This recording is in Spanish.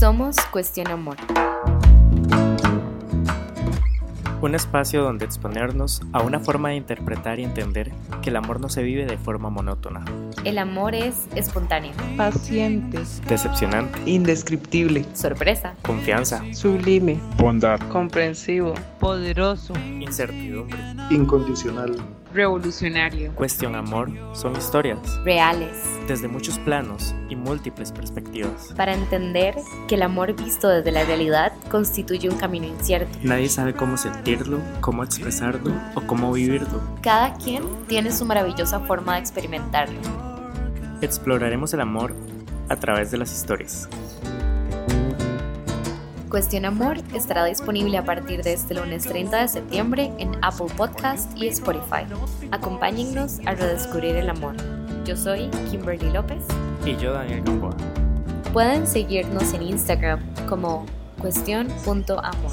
Somos Cuestión Amor. Un espacio donde exponernos a una forma de interpretar y entender que el amor no se vive de forma monótona, El amor es espontáneo, paciente, decepcionante, indescriptible, sorpresa, confianza, sublime, bondad, comprensivo, poderoso, incertidumbre. incondicional, revolucionario, Cuestión amor son historias reales, desde muchos planos y múltiples perspectivas. para entender que el amor visto desde la realidad constituye un camino incierto. Nadie sabe cómo sentirlo, cómo expresarlo o cómo vivirlo. Cada quien tiene su maravillosa forma de experimentarlo. Exploraremos el amor a través de las historias. Cuestión Amor estará disponible a partir de este lunes 30 de septiembre en Apple Podcast y Spotify. Acompáñennos a redescubrir el amor. Yo soy Kimberly López. Y yo, Daniel Gamboa. Pueden seguirnos en Instagram como cuestión.amor.